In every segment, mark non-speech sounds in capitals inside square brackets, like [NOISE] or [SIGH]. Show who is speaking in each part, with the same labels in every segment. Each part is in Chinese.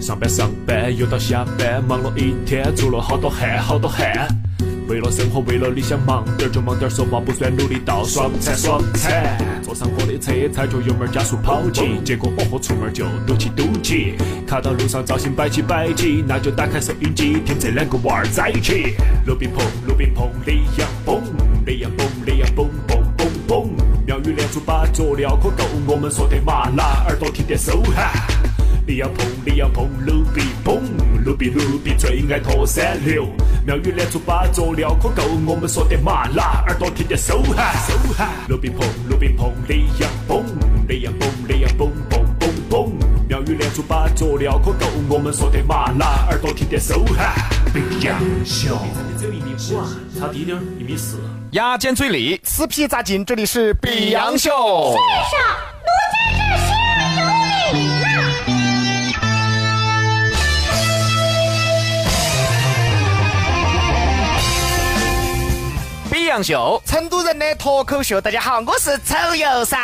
Speaker 1: 上班上班，又到下班，忙了一天，出了好多汗，好多汗。为了生活，为了理想，忙点儿就忙点儿，手忙不算，努力到爽惨爽惨。坐上我的车，踩着油门加速跑起，结果哦豁，出门就堵起堵起。看到路上造型摆起摆起，那就打开收音机，听这两个娃儿在一起。鲁冰碰，鲁冰碰，李阳蹦，李阳蹦，李阳蹦蹦蹦蹦。妙语连珠把佐料可够，我们说的麻辣，耳朵听得收哈。李亚鹏，李亚鹏，鲁比蹦，鲁比鲁比最爱拖三六。妙语连珠把佐料可够，我们说的麻辣，耳朵听得收哈收哈。鲁比鹏，鲁比鹏，李亚蹦，李亚蹦，李亚蹦蹦蹦蹦。妙语连珠把佐料可够，我们说的麻辣，耳朵听得收哈。不一样，秀。只有一米五啊，差低点儿一米四。
Speaker 2: 牙尖嘴利，
Speaker 3: 死皮扎筋，这里是
Speaker 2: 比
Speaker 3: 比
Speaker 2: 洋
Speaker 3: 洋
Speaker 2: 秀
Speaker 3: 秀。。
Speaker 4: 上，奴在这儿心里有你了。
Speaker 2: 比洋秀，
Speaker 3: 成都人的脱口秀，大家好，我是丑油骚。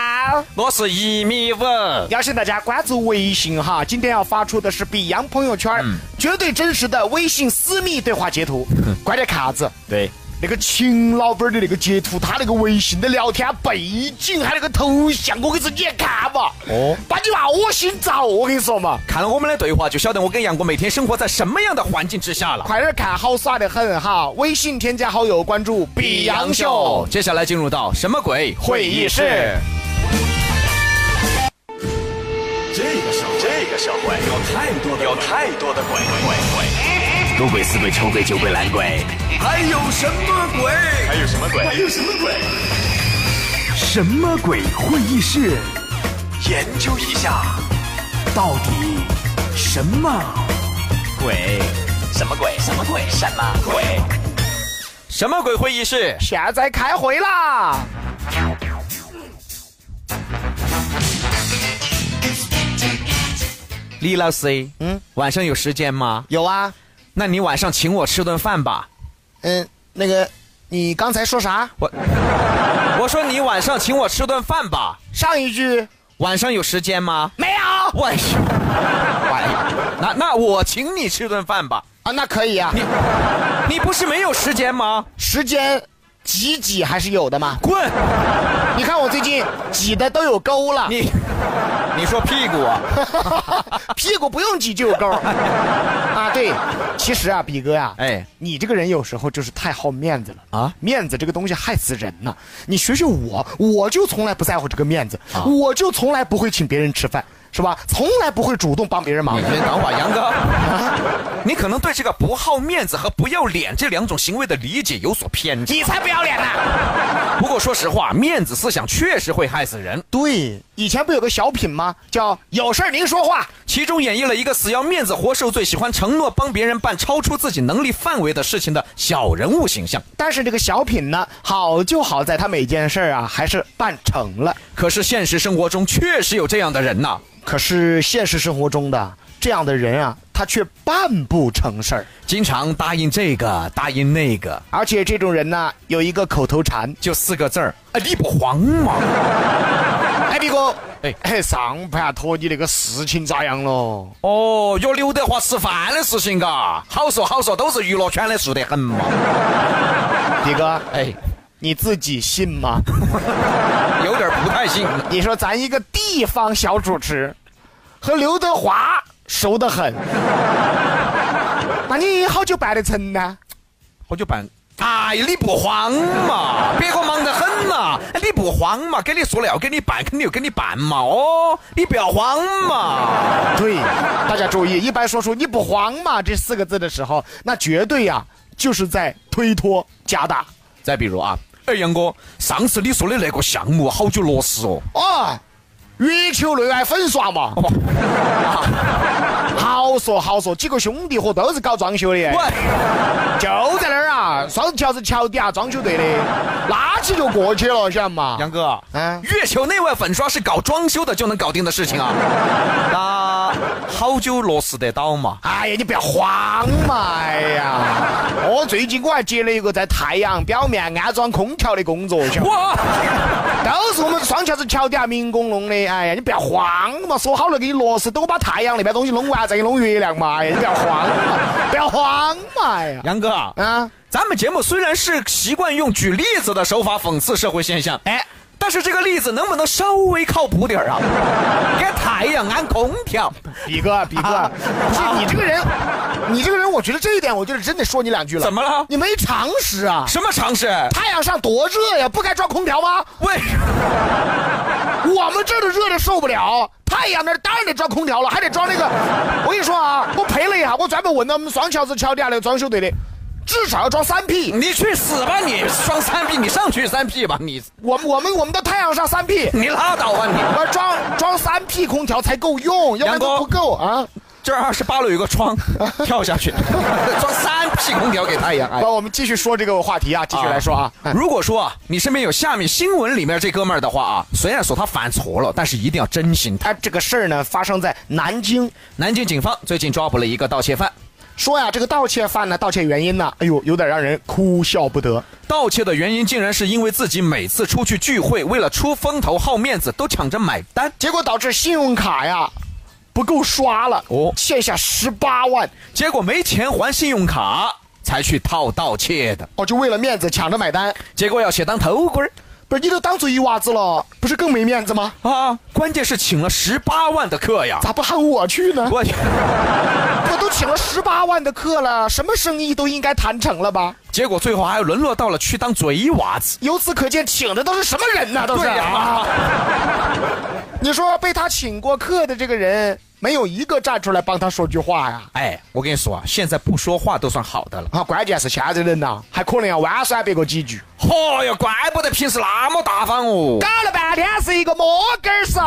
Speaker 2: 我是一米五。
Speaker 3: 邀请大家关注微信哈，今天要发出的是比洋朋友圈、绝对真实的微信私密对话截 [LAUGHS] 图。关键看啥子？
Speaker 2: 对，
Speaker 3: 那个秦老板的那个截图，他那个微信的聊天背景，还有那个头像，我跟你说，你也看嘛，
Speaker 2: 哦
Speaker 3: 哦，把你娃恶心遭，我跟你说嘛，
Speaker 2: 看了我们的对话，就晓得我跟杨哥每天生活在什么样的环境之下了。
Speaker 3: 快点看，好耍的很哈！微信添加好友，关注比洋秀。
Speaker 2: 接下来进入到什么鬼
Speaker 3: 会议室？
Speaker 5: 这个社会，这个社会有太多的有太多的鬼鬼鬼，赌鬼、死鬼、丑鬼、酒鬼、懒鬼，还有什么鬼？还有什么鬼？还有什么鬼？什么鬼会议室？研究一下，到底什么鬼？什么鬼？什么鬼？什么鬼？
Speaker 2: 什么鬼会议室？
Speaker 3: 现在开会啦！
Speaker 2: 李老师，嗯
Speaker 3: 嗯，
Speaker 2: 晚上有时间吗？
Speaker 3: 有啊，
Speaker 2: 那你晚上请我吃顿饭吧。
Speaker 3: 嗯，那个，你刚才说啥？
Speaker 2: 我说你晚上请我吃顿饭吧。
Speaker 3: 上一句
Speaker 2: 晚上有时间吗？
Speaker 3: 没有啊？
Speaker 2: 晚上，晚上，那那我请你吃顿饭吧。
Speaker 3: 那可以啊，
Speaker 2: 你你不是没有时间吗？
Speaker 3: 时间挤挤还是有的嘛。
Speaker 2: 滚！
Speaker 3: 你看我最近挤的都有沟了，
Speaker 2: [LAUGHS] 你你说屁股啊？
Speaker 3: [LAUGHS] 屁股不用挤就有 [LAUGHS] 沟。啊，对，其实啊，比哥呀、
Speaker 2: 哎
Speaker 3: 哎，你这个人有时候就是太好面子了
Speaker 2: 啊
Speaker 3: 啊！面子这个东西害死人呢。你学学我，我就从来不在乎这个面子，我就从来不会请别人吃饭，是吧？从来不会主动帮别人忙
Speaker 2: 你。先等会儿，杨哥， [LAUGHS] 你可能对这个不好面子和不要脸这两种行为的理解有所偏激。
Speaker 3: 你才不要脸呢！
Speaker 2: 不过说实话，面子思想确实会害死人。
Speaker 3: 对，以前不有个小品吗？叫“有事儿您说话
Speaker 2: 其中演绎了一个死要面子活受罪、喜欢承诺帮别人办超出自己能力范围的事情的小人物形象。”，
Speaker 3: 但是这个小品呢，好就好在他每件事儿啊还是办成了。
Speaker 2: 可是现实生活中确实有这样的人呐、
Speaker 3: 可是现实生活中的这样的人啊，他却办不成事儿。
Speaker 2: 经常答应这个答应那个，
Speaker 3: 而且这种人呢，有一个口头禅，
Speaker 2: 就四个字儿：啊，你不慌嘛？
Speaker 3: 哎，毕哥，
Speaker 2: 哎
Speaker 3: 哎，上盘托你那个事情咋样了？
Speaker 2: 哦，约刘德华吃饭的事情嘎，好说好说，都是娱乐圈的事得很嘛。
Speaker 3: 毕哥，
Speaker 2: 哎，
Speaker 3: 你自己信吗？
Speaker 2: 有点不太信。
Speaker 3: 你说咱一个地方小主持，和刘德华熟得很，那你好久办得成呢？
Speaker 2: 我就办。哎，你不慌嘛？别个忙得很嘛，哎你不慌嘛？给你说了要给你办，肯定就给你办嘛。哦，你不要慌嘛。
Speaker 3: 对，大家注意，一般说出“你不慌嘛”这四个字的时候，那绝对呀、就是在推脱加大。
Speaker 2: 再比如啊，哎，杨哥，上次你说的那个项目好久落实哦？
Speaker 3: 哦，月球内外粉刷嘛，哦好说好说，几个兄弟伙都是搞装修的，
Speaker 2: 喂，
Speaker 3: 就在那儿啊，双桥子桥底下装修队的，拉起就过去了，晓得嘛？
Speaker 2: 杨哥，
Speaker 3: 啊
Speaker 2: 月球内外粉刷是搞装修的就能搞定的事情啊。那好久落实得到嘛？
Speaker 3: 哎呀，你不要慌嘛！哎呀，
Speaker 2: [LAUGHS]
Speaker 3: 我最近我还接了一个在太阳表面安装空调的工作，晓得吗
Speaker 2: 哇，
Speaker 3: 都是我们双桥子桥底下民工弄的。哎呀，你不要慌嘛，说好了给你落实，等我把太阳那边东西弄完，再给你弄月亮嘛。哎呀，你不要慌
Speaker 2: [LAUGHS]
Speaker 3: 嘛，不要慌嘛。哎呀，
Speaker 2: 杨哥啊，
Speaker 3: 啊，
Speaker 2: 咱们节目虽然是习惯用举例子的手法讽刺社会现象，哎，但是这个例子能不能稍微靠谱点儿啊？给太阳安空调，
Speaker 3: 比哥，比哥，不是你这
Speaker 2: [LAUGHS]
Speaker 3: 个人，你这个人，我觉得这一点，我就是真得说你两句了。
Speaker 2: 怎么了
Speaker 3: 你没常识啊！
Speaker 2: 什么常识？
Speaker 3: 太阳上多热呀，不该装空调吗？
Speaker 2: 为
Speaker 3: 我们这儿的热的受不了，太阳那儿当然得装空调了，还得装那个。 [LAUGHS] 我跟你说啊，我赔了一下，我专门问到我们双桥子桥底下那个装修队的，至少要装三 P。
Speaker 2: 你去死吧你！双三 P，你上去三 P 吧你！
Speaker 3: 我们我们我们到太阳上三 P，
Speaker 2: 你拉倒吧你！
Speaker 3: 我装装三 P 空调才够用，要不然
Speaker 2: 杨
Speaker 3: 都
Speaker 2: 哥
Speaker 3: 不够啊。
Speaker 2: 这二十八楼有个窗，跳下去， [LAUGHS] 装三 P 空调给太阳。哎
Speaker 3: 好，我们继续说这个话题啊，继续来说哦啊。嗯
Speaker 2: 如果说啊，你身边有下面新闻里面这哥们儿的话啊，虽然说他犯错了，但是一定要真心他。
Speaker 3: 哎，这个事儿呢，发生在南京。
Speaker 2: 南京警方最近抓捕了一个盗窃犯，
Speaker 3: 说呀，这个盗窃犯呢，盗窃原因呢，哎呦，有点让人哭笑不得。
Speaker 2: 盗窃的原因竟然是因为自己每次出去聚会，为了出风头、好面子，都抢着买单。
Speaker 3: 结果导致信用卡呀不够刷了，
Speaker 2: 哦
Speaker 3: 欠下十八万，
Speaker 2: 结果没钱还信用卡，才去套盗窃的，
Speaker 3: 哦，就为了面子抢着买单。
Speaker 2: 结果要写当头棍
Speaker 3: 不是你都当做一娃子了，不是更没面子吗？
Speaker 2: 儿啊！关键是请了十八万的客呀！
Speaker 3: 咋不喊我去呢？
Speaker 2: 我
Speaker 3: 我都请了十八万的客了，什么生意都应该谈成了吧？
Speaker 2: [LAUGHS] 结果最后还沦落到了去当嘴娃子。
Speaker 3: 由此可见，请的都是什么人呐？都是啊
Speaker 2: 对呀、
Speaker 3: 你说被他请过客的这个人，没有一个站出来帮他说句话呀？
Speaker 2: 哎，我跟你说啊，现在不说话都算好的了。
Speaker 3: 啊，关键是现在人呐，还可能要弯酸别个几句，
Speaker 2: 嚯、哟，哎怪不得平时那么大方哦！
Speaker 3: 搞了半天是一个摸根儿噻，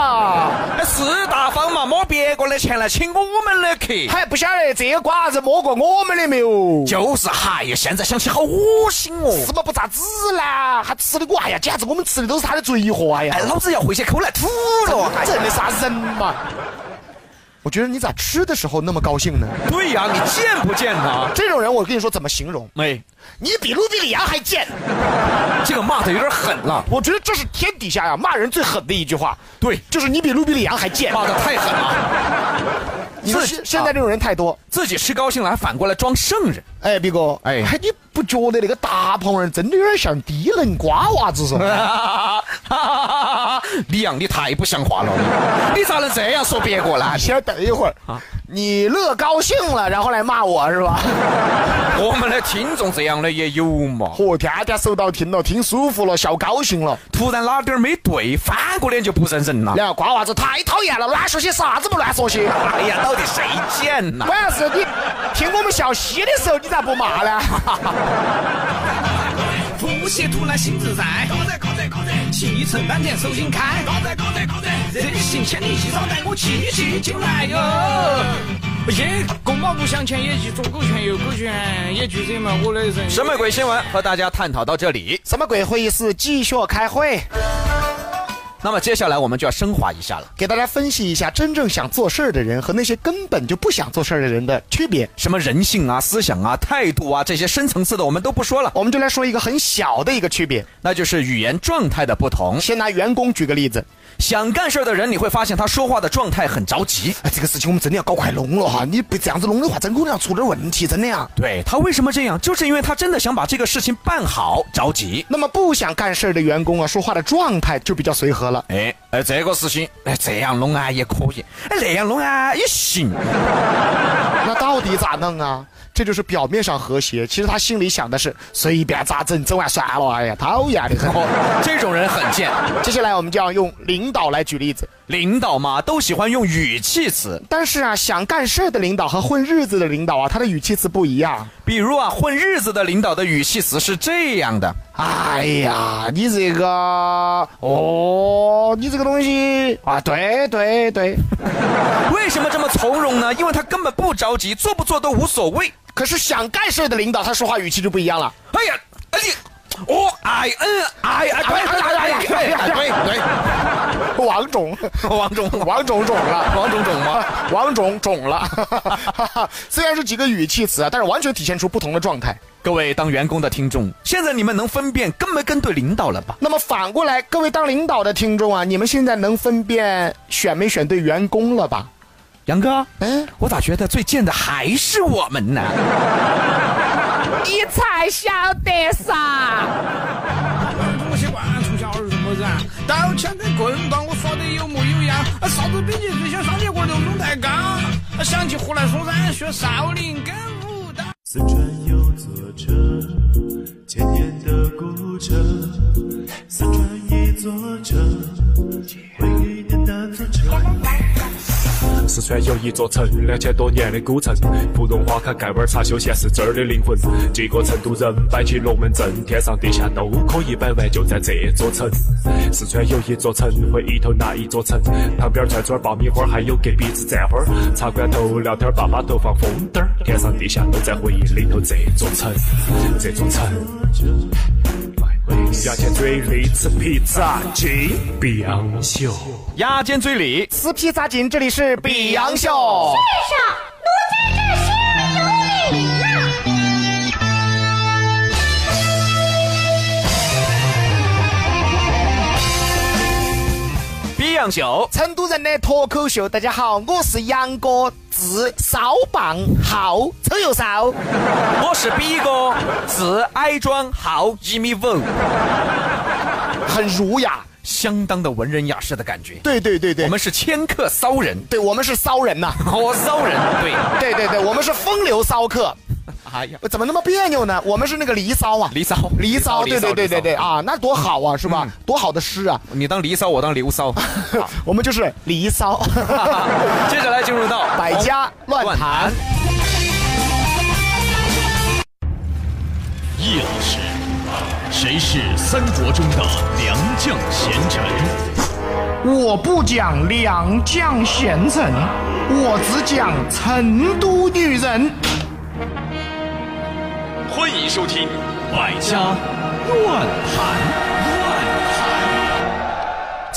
Speaker 2: 哎是大方嘛，摸别个的钱来请我们的客，
Speaker 3: 还不晓得这个瓜子摸过我们的没有？
Speaker 2: 就是嗨呀！现在想起好恶心哦！
Speaker 3: 怎么不咋子啦？还吃的我哎呀，简直我们吃的都是他的罪货哎呀！
Speaker 2: 哎，老子要回去抠来吐了！哎
Speaker 3: 真的啥人嘛？我觉得你咋吃的时候那么高兴呢？
Speaker 2: 对呀、你贱不贱啊呐？
Speaker 3: 这种人，我跟你说怎么形容？
Speaker 2: 没，
Speaker 3: 你比卢比里昂还贱！
Speaker 2: 这个骂的有点狠了，
Speaker 3: 我觉得这是天底下呀、骂人最狠的一句话，
Speaker 2: 对，啊
Speaker 3: 就是你比卢比里昂还贱。
Speaker 2: 骂的太狠了，
Speaker 3: 你说
Speaker 2: 自
Speaker 3: 现现在这种人太多。
Speaker 2: 自己吃高兴了，还反过来装圣人。 [LAUGHS]
Speaker 3: 哎，毕哥，
Speaker 2: 哎
Speaker 3: 哎，你不觉得那个大胖人真的有点像低能瓜娃子
Speaker 2: [LAUGHS]
Speaker 3: 是吧？
Speaker 2: 哈哈哈！李阳，你太不像话了，你咋能这样说别个呢
Speaker 3: 你？先等一会儿
Speaker 2: 啊
Speaker 3: 你乐高兴了，然后来骂我是吧？
Speaker 2: 我们的听众这样的也有嘛？
Speaker 3: 我天天收到听了，听舒服了，笑高兴了。
Speaker 2: 突然哪点儿没对，翻过脸就不认人了。
Speaker 3: 然后瓜娃子太讨厌了，乱说些啥子不乱说些。
Speaker 2: 哎呀，到底谁贱呐？
Speaker 3: 关键是你听我们笑嘻的时候，你咋不骂呢？
Speaker 6: 腹泻突然心自在，高赞高赞高赞，气沉丹田手心开，高赞高赞高赞，人行千里气少带我气息进来哟。耶，公猫不向前，也去左勾拳右勾拳，也就这么我的人。
Speaker 2: 什么鬼新闻和大家探讨到这里，
Speaker 3: 什么鬼会议室继续开会，
Speaker 2: 那么接下来我们就要升华一下了。
Speaker 3: 给大家分析一下真正想做事儿的人和那些根本就不想做事儿的人的区别。
Speaker 2: 什么人性啊、思想啊、态度啊这些深层次的我们都不说了，
Speaker 3: 我们就来说一个很小的一个区别，
Speaker 2: 那就是语言状态的不同。
Speaker 3: 先拿员工举个例子。
Speaker 2: 想干事儿的人，你会发现他说话的状态很着急。
Speaker 3: 哎，这个事情我们真的要搞快弄了哈！你不这样子弄的话，真可能要出点问题，真的呀。
Speaker 2: 对他为什么这样，就是因为他真的想把这个事情办好，着急。
Speaker 3: 那么不想干事儿的员工啊，说话的状态就比较随和了。
Speaker 2: 哎，哎，这个事情，哎，这样弄啊也可以，哎，那样弄啊也行。
Speaker 3: 那到底咋弄啊？这就是表面上和谐，其实他心里想的是随便咋整，整完算了。哎呀，讨厌的很。
Speaker 2: 这种人很贱，
Speaker 3: 接下来我们就要用领导来举例子。
Speaker 2: 领导嘛都喜欢用语气词，
Speaker 3: 但是啊，想干事儿的领导和混日子的领导啊，他的语气词不一样。
Speaker 2: 比如啊，混日子的领导的语气词是这样的。
Speaker 3: 哎呀，你这个哦，你这个东西啊，对对对。
Speaker 2: 为什么这么从容呢？因为他根本不着急，做不做都无所谓。
Speaker 3: 可是想干事儿的领导，他说话语气就不一样了。
Speaker 2: 哎呀，哎你，我哎嗯哎哎对对对对
Speaker 3: 王总，
Speaker 2: 对，王总
Speaker 3: 王总肿了，
Speaker 2: 王总懂吗？
Speaker 3: [LAUGHS] 王总肿了。虽然是几个语气词啊，但是完全体现出不同的状态。
Speaker 2: 各位当员工的听众，现在你们能分辨跟没跟对领导了吧？
Speaker 3: 那么反过来，各位当领导的听众啊，你们现在能分辨选没选对员工了吧？
Speaker 2: 杨哥，
Speaker 3: 嗯
Speaker 2: 我咋觉得最贱的还是我们呢？
Speaker 7: 你才晓得噻！
Speaker 6: 哎我习惯从小儿子么子啊，刀枪跟棍棒我耍得有模有样，啊，啥子兵器最想双截棍，龙中带钢，啊，想起湖南嵩山学少林跟武当。
Speaker 8: 四川有座城，千年的古城。四川一座城，位于的南方城。
Speaker 1: 四川有一座城，两千多年的古城，芙蓉花开，盖碗茶修仙是这儿的灵魂。几个成都人摆起龙门阵，天上地下都可以摆完，就在这座城。四川有一座城，回忆头那一座城，旁边串串爆米花，还有隔壁子蘸花儿，茶馆头聊天，爸妈头放风灯儿，天上地下都在回忆里头这座城，这座城。牙尖嘴里吃披萨，金碧昂秀。
Speaker 2: 牙尖嘴里，
Speaker 3: 撕披萨筋，这里是比
Speaker 2: 杨
Speaker 3: 洋秀。
Speaker 2: 秀。
Speaker 4: 上，奴在这心里有你啦。
Speaker 2: 比洋秀，
Speaker 3: 成都人的脱口秀，大家好，我是杨哥，字骚棒，号丑又骚。
Speaker 2: 我是比哥，自矮装，好一米五，
Speaker 3: 很儒雅。
Speaker 2: 相当的文人雅士的感觉。
Speaker 3: 对对对对，
Speaker 2: 我们是千客骚人， [LAUGHS]
Speaker 3: 对我们是骚人呐、
Speaker 2: 我骚人，对，
Speaker 3: 对对对，我们是风流骚客。
Speaker 2: 哎呀，
Speaker 3: 怎么那么别扭呢？我们是那个离骚啊，
Speaker 2: 离骚
Speaker 3: 离骚，
Speaker 2: 离
Speaker 3: 对对
Speaker 2: 骚
Speaker 3: 对对对
Speaker 2: 离骚嗯
Speaker 3: 啊，那多好啊，是吧？多好的诗啊！
Speaker 2: 你当离骚，我当流骚。 [LAUGHS] 好
Speaker 3: 我们就是离骚，
Speaker 2: [LAUGHS] 接下来进入到
Speaker 3: 百家乱
Speaker 2: 乱
Speaker 3: 谈
Speaker 2: 谈。
Speaker 5: 叶老师，谁是三国中的良将贤臣？
Speaker 3: 我不讲良将贤臣，我只讲成都女人。
Speaker 5: 欢迎收听《百家乱谈》。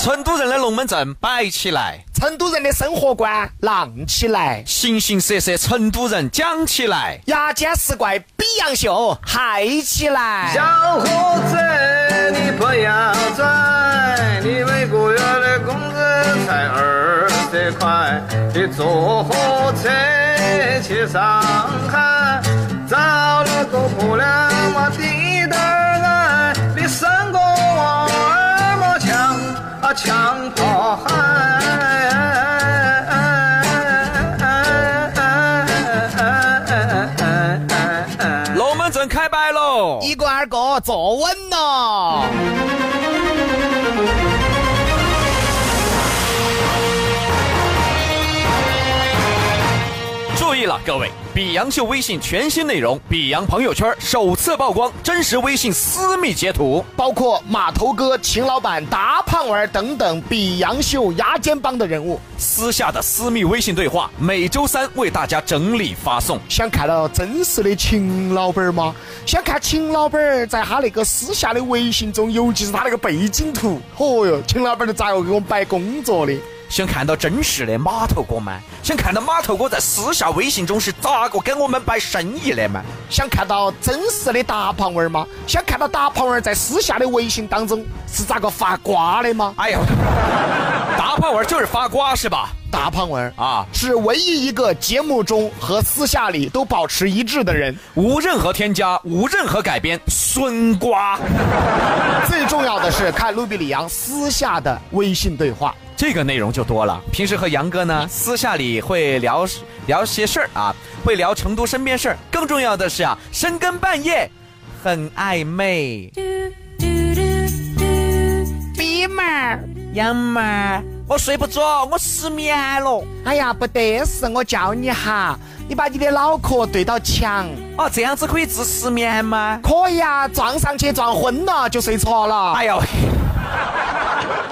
Speaker 2: 成都人的龙门阵摆起来，
Speaker 3: 成都人的生活观浪起来，
Speaker 2: 形形色色成都人讲起来。
Speaker 3: 牙尖使怪比洋秀嗨起来。
Speaker 9: 小伙子，你不要拽，你每个月的工资才二十块，你坐火车去上海，找了个姑娘我滴点儿爱，你三个娃儿么强啊强迫嗨。
Speaker 2: 龙门阵开摆喽！
Speaker 3: 一个二个坐稳了。
Speaker 2: 注意了，各位，比洋秀微信全新内容，比洋朋友圈首次曝光真实微信私密截图。
Speaker 3: 包括码头哥、秦老板、达胖娃儿等等比杨秀、牙尖帮的人物，
Speaker 2: 私下的私密微信对话，每周三为大家整理发送。
Speaker 3: 想看到真实的秦老板儿吗？想看秦老板儿在他那个私下的微信中，尤其是他那个背景图，哦哟，秦老板儿咋个给我们摆工作的？
Speaker 2: 想看到真实的码头哥吗？想看到码头哥在私下微信中是咋个跟我们摆生意的吗？
Speaker 3: 想看到真实的达胖娃儿吗？想看到达胖娃儿在私下的微信当中是咋个发瓜的吗？
Speaker 2: 哎呀，大胖娃儿就是发瓜是吧？
Speaker 3: 达胖娃儿
Speaker 2: 啊
Speaker 3: 是唯一一个节目中和私下里都保持一致的人。
Speaker 2: 无任何添加，无任何改编，孙瓜。
Speaker 3: [LAUGHS] 最重要的是看卢比里昂私下的微信对话。
Speaker 2: 这个内容就多了。平时和杨哥呢，私下里会聊聊些事儿啊，会聊成都身边事儿。更重要的是啊，深更半夜，很暧昧。
Speaker 7: 逼妹儿，
Speaker 2: 杨妹儿，我睡不着，我失眠了。
Speaker 3: 哎呀，不得事，我教你哈，你把你的脑壳对到墙，
Speaker 2: 哦，这样子可以治失眠吗？哎
Speaker 3: 可以啊，撞上去撞昏了就睡着了。
Speaker 2: 哎呦，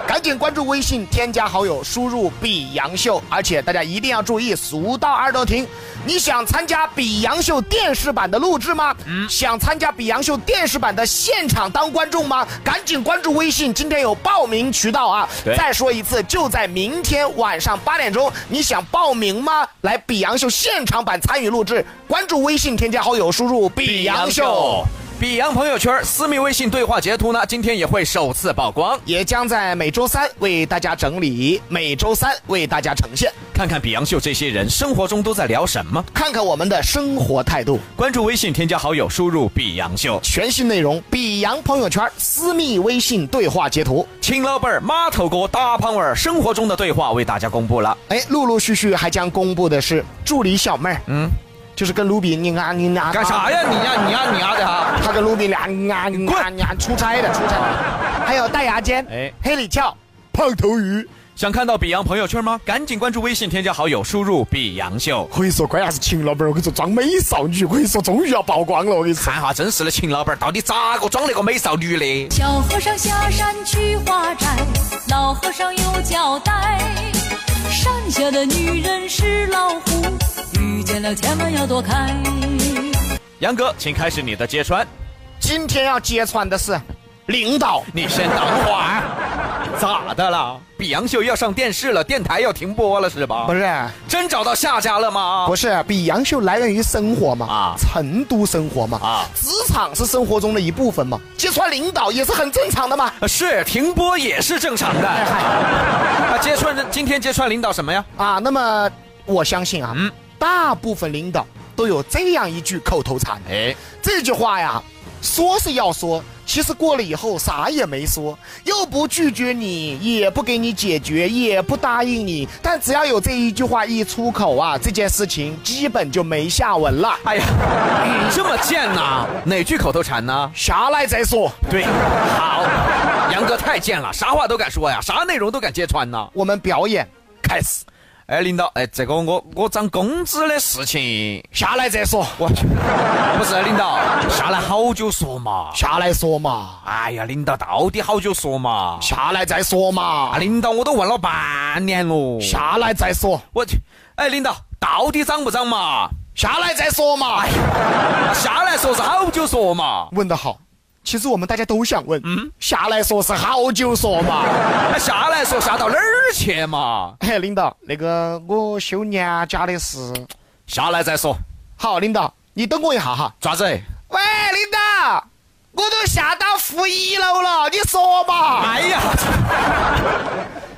Speaker 3: 赶紧关注微信，添加好友，输入“比杨秀”，而且大家一定要注意，俗到二都停。你想参加《比杨秀》电视版的录制吗？想参加《比杨秀》电视版的现场当观众吗？赶紧关注微信，今天有报名渠道啊！再说一次，就在明天晚上八点钟，你想报名吗？来《比杨秀》现场版参与录制，关注微信，添加好友，输入“比杨秀”。。
Speaker 2: 比洋朋友圈、私密微信对话截图呢，今天也会首次曝光，
Speaker 3: 也将在每周三为大家整理，每周三为大家呈现，
Speaker 2: 看看比洋秀这些人生活中都在聊什么。
Speaker 3: 看看我们的生活态度。
Speaker 2: 关注微信，添加好友，输入“比洋秀
Speaker 3: 全新内容，比洋朋友圈私密微信对话截图。”。
Speaker 2: 亲老伴儿、码头哥、大胖娃儿生活中的对话为大家公布了。
Speaker 3: 哎，陆陆续续还将公布的是助理小妹儿，嗯，就是跟卢比你啊你啊
Speaker 2: 干啥？呀？你呀、你呀、你呀、的哈！
Speaker 3: 他跟卢比俩你啊你啊你啊出差的出差的，还有大牙尖，
Speaker 2: 哎
Speaker 3: 黑里翘，胖头鱼，
Speaker 2: 想看到比洋朋友圈吗？赶紧关注微信，添加好友，输入“比洋秀
Speaker 3: 我跟你说，关键是秦老板，我跟你说装美少女，我跟你说终于要曝光了，我跟你”。说。
Speaker 2: 看哈真实的秦老板到底咋个装那个美少女的？
Speaker 10: 小和尚下山去化斋，老和尚有交代。山下的女人是老虎，遇见了千万要躲开。
Speaker 2: 杨哥，请开始你的揭穿。
Speaker 3: 今天要揭穿的是领导，
Speaker 2: 你先等会儿，咋的了？比洋秀要上电视了，电台要停播了是吧？
Speaker 3: 不，是
Speaker 2: 真找到下家了吗？
Speaker 3: 不是，比杨秀来源于生活嘛，
Speaker 2: 啊
Speaker 3: 成都生活嘛，
Speaker 2: 啊
Speaker 3: 职场是生活中的一部分嘛，揭穿领导也是很正常的嘛。
Speaker 2: 啊是停播也是正常的。啊，揭穿今天揭穿领导什么呀？
Speaker 3: 啊，那么我相信啊，
Speaker 2: 嗯
Speaker 3: 大部分领导都有这样一句口头禅，
Speaker 2: 哎，
Speaker 3: 这句话呀，说是要说，其实过了以后啥也没说，又不拒绝你，也不给你解决，也不答应你，但只要有这一句话一出口啊，这件事情基本就没下文了。
Speaker 2: 哎呀，这么贱呐、哪句口头禅呢？
Speaker 3: 下来再说，
Speaker 2: 对，好，杨哥太贱了，啥话都敢说呀，啥内容都敢揭穿呐。
Speaker 3: 我们表演
Speaker 2: 开始。哎，领导，哎，这个我我涨工资的事情，
Speaker 3: 下来再说，
Speaker 2: 我去，不是领导，下来好久说嘛。
Speaker 3: 下来说嘛，
Speaker 2: 哎呀，领导到底好久说嘛？
Speaker 3: 下来再说嘛
Speaker 2: 啊，，领导我都问了半年喽。
Speaker 3: 下来再说，
Speaker 2: 我去，哎，领导到底涨不涨嘛？
Speaker 3: 下来再说嘛。
Speaker 2: 下来说是好久说嘛，
Speaker 3: 哎问的好。其实我们大家都想问，嗯，下来说是好久说嘛。 [LAUGHS]
Speaker 2: 哎下来说下到哪儿去嘛？
Speaker 3: 嘿，领导，那个我休年假的事。
Speaker 2: 下来再说，
Speaker 3: 好，领导，你等我一下哈。
Speaker 2: 爪子，
Speaker 3: 喂，领导，我都下到负一楼了，你说嘛？
Speaker 2: 哎呀，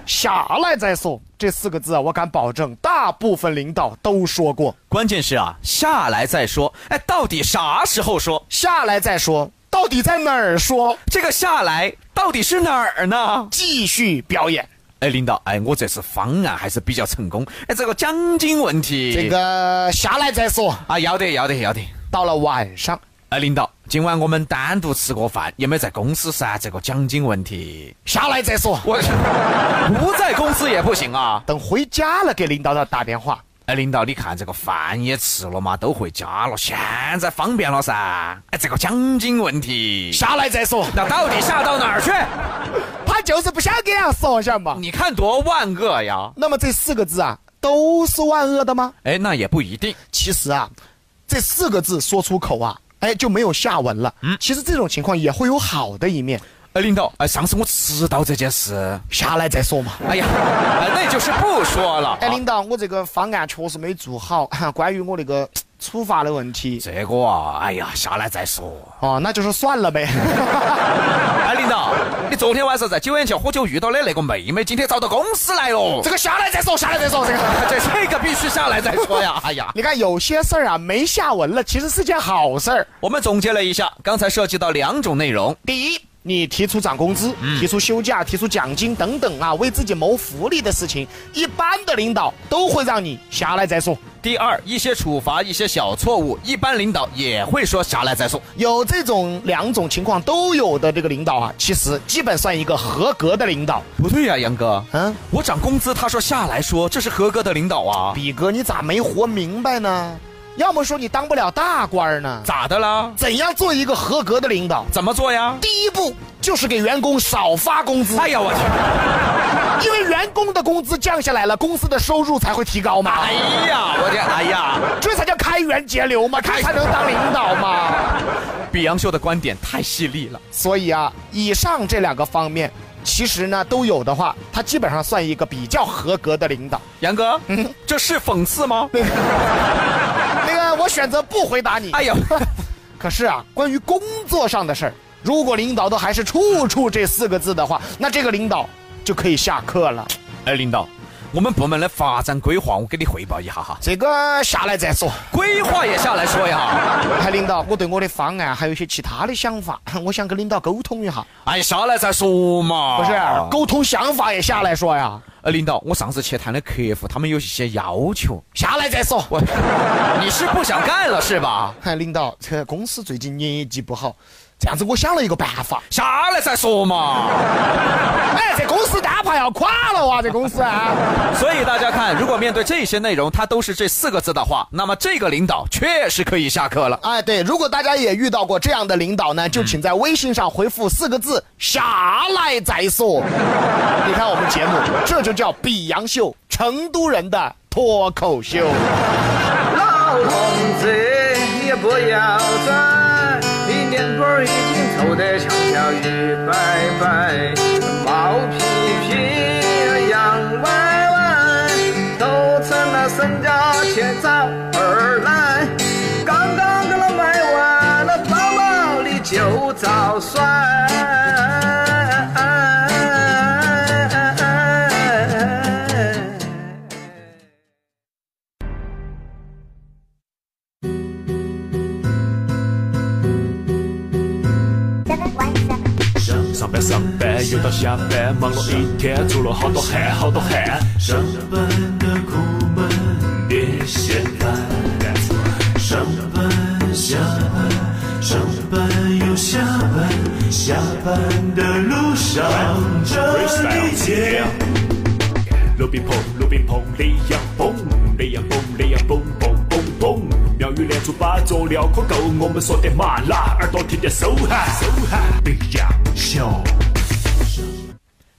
Speaker 3: 下来再说这四个字啊，我敢保证，大部分领导都说过。
Speaker 2: 关键是啊，下来再说，哎，到底啥时候说？
Speaker 3: 下来再说，到底在哪儿说？
Speaker 2: 这个下来到底是哪儿呢？
Speaker 3: 继续表演。
Speaker 2: 哎，领导，哎，我这次方案还是比较成功，哎，这个奖金问题，
Speaker 3: 这个下来再说。
Speaker 2: 啊，要得，要得，要得。
Speaker 3: 到了晚上，
Speaker 2: 哎，领导，今晚我们单独吃个饭，有没有在公司噻？这个奖金问题，
Speaker 3: 下来再说。
Speaker 2: 我不在公司也不行啊。
Speaker 3: 等回家了给领导打电话。
Speaker 2: 哎，领导，你看这个饭也吃了嘛，都回家了，现在方便了噻。哎，这个奖金问题，
Speaker 3: 下来再说，
Speaker 2: 那到底下到哪儿去？
Speaker 3: 他就是不想给俺说下嘛。
Speaker 2: 你看多万恶呀！
Speaker 3: 那么这四个字啊，都是万恶的吗？
Speaker 2: 哎，那也不一定。
Speaker 3: 其实啊，这四个字说出口啊，哎，就没有下文了。嗯，其实这种情况也会有好的一面，
Speaker 2: 哎，领导，哎，上次我迟到这件事，
Speaker 3: 下来再说嘛。
Speaker 2: 哎呀，哎那就是不说了。
Speaker 3: 哎，领导，我这个方案确实没做好， [LAUGHS] 关于我那个嘖处罚的问题
Speaker 2: 这个啊，哎呀，下来再说。
Speaker 3: 哦，那就是算了呗。 [LAUGHS]
Speaker 2: 哎，领导，你昨天晚上在九眼桥喝酒遇到的那个妹妹，今天找到公司来了。
Speaker 3: 这个下来再说，下来再说这个。
Speaker 2: 这 [LAUGHS] 这个必须下来再说呀！ [LAUGHS] 哎呀，
Speaker 3: 你看有些事儿啊没下文了，其实是件好事儿。
Speaker 2: 我们总结了一下，刚才涉及到两种内容。
Speaker 3: 第一，你提出涨工资、提出休假、提出奖金等等啊，为自己谋福利的事情，一般的领导都会让你下来再说。
Speaker 2: 第二，一些处罚，一些小错误，一般领导也会说下来再说。
Speaker 3: 有这种两种情况都有的这个领导啊，其实基本算一个合格的领导。
Speaker 2: 不对呀、杨哥，
Speaker 3: 嗯，
Speaker 2: 我涨工资，他说下来说，这是合格的领导啊。
Speaker 3: 比哥，你咋没活明白呢？要么说你当不了大官儿呢？
Speaker 2: 咋的啦？
Speaker 3: 怎样做一个合格的领导？
Speaker 2: 怎么做呀？
Speaker 3: 第一步就是给员工少发工资。
Speaker 2: 哎呀，我去！
Speaker 3: 因为员工的工资降下来了，公司的收入才会提高嘛。
Speaker 2: 哎呀，我这哎呀，
Speaker 3: 这才叫开源节流
Speaker 2: 哎
Speaker 3: 嘛，这才能当领导嘛。
Speaker 2: 比杨秀的观点太犀利了。
Speaker 3: 所以啊，以上这两个方面，其实呢都有的话，他基本上算一个比较合格的领导。
Speaker 2: 杨哥，嗯，这是讽刺吗？
Speaker 3: 那个，那个，我选择不回答你。
Speaker 2: 哎呀，
Speaker 3: [LAUGHS] 可是啊，关于工作上的事儿，如果领导都还是处处这四个字的话，那这个领导。就可以下课了。
Speaker 2: 哎，领导，我们部门的发展规划，我给你汇报一下哈。
Speaker 3: 这个下来再说，
Speaker 2: 规划也下来说一下。
Speaker 3: 哎，领导，我对我的方案还有一些其他的想法， [LAUGHS] 我想跟领导沟通一下。
Speaker 2: 哎，下来再说嘛。
Speaker 3: 不是，沟通想法也下来说呀。
Speaker 2: 呃，领导，我上次去谈的客户，他们有一些要求，
Speaker 3: 下来再说。
Speaker 2: 我， [LAUGHS] 你是不想干了是吧？
Speaker 3: 哎，领导，这公司最近业绩不好。这样子，我想了一个办法，
Speaker 2: 下来再说嘛。
Speaker 3: 哎，这公司单怕要垮了哇、啊，这公司啊！
Speaker 2: 所以大家看，如果面对这些内容，它都是这四个字的话，那么这个领导确实可以下课
Speaker 3: [LAUGHS]
Speaker 2: 了。
Speaker 3: 哎，对，如果大家也遇到过这样的领导呢，就请在微信上回复四个字“下来再 [LAUGHS] 说”。你看我们节目，这就叫比洋秀，成都人的脱口秀。
Speaker 9: 老同志，你不要再。你年本已经凑得墙角一百百，毛皮皮、洋歪歪，都成了身家且早而来。刚刚给他卖完了包包里就早摔。
Speaker 1: 上班上班又到下班，忙了一天，出了好多汗，好多汗。
Speaker 8: 上班的苦闷你先干，上班下班，上班又下班，下班的路上这里见。
Speaker 1: 路边碰，路边碰，雷阳蹦，雷阳蹦，雷阳蹦蹦蹦蹦。妙语连珠把佐料可够，我们说点麻辣，耳朵听点手汗，手汗。别样。秀，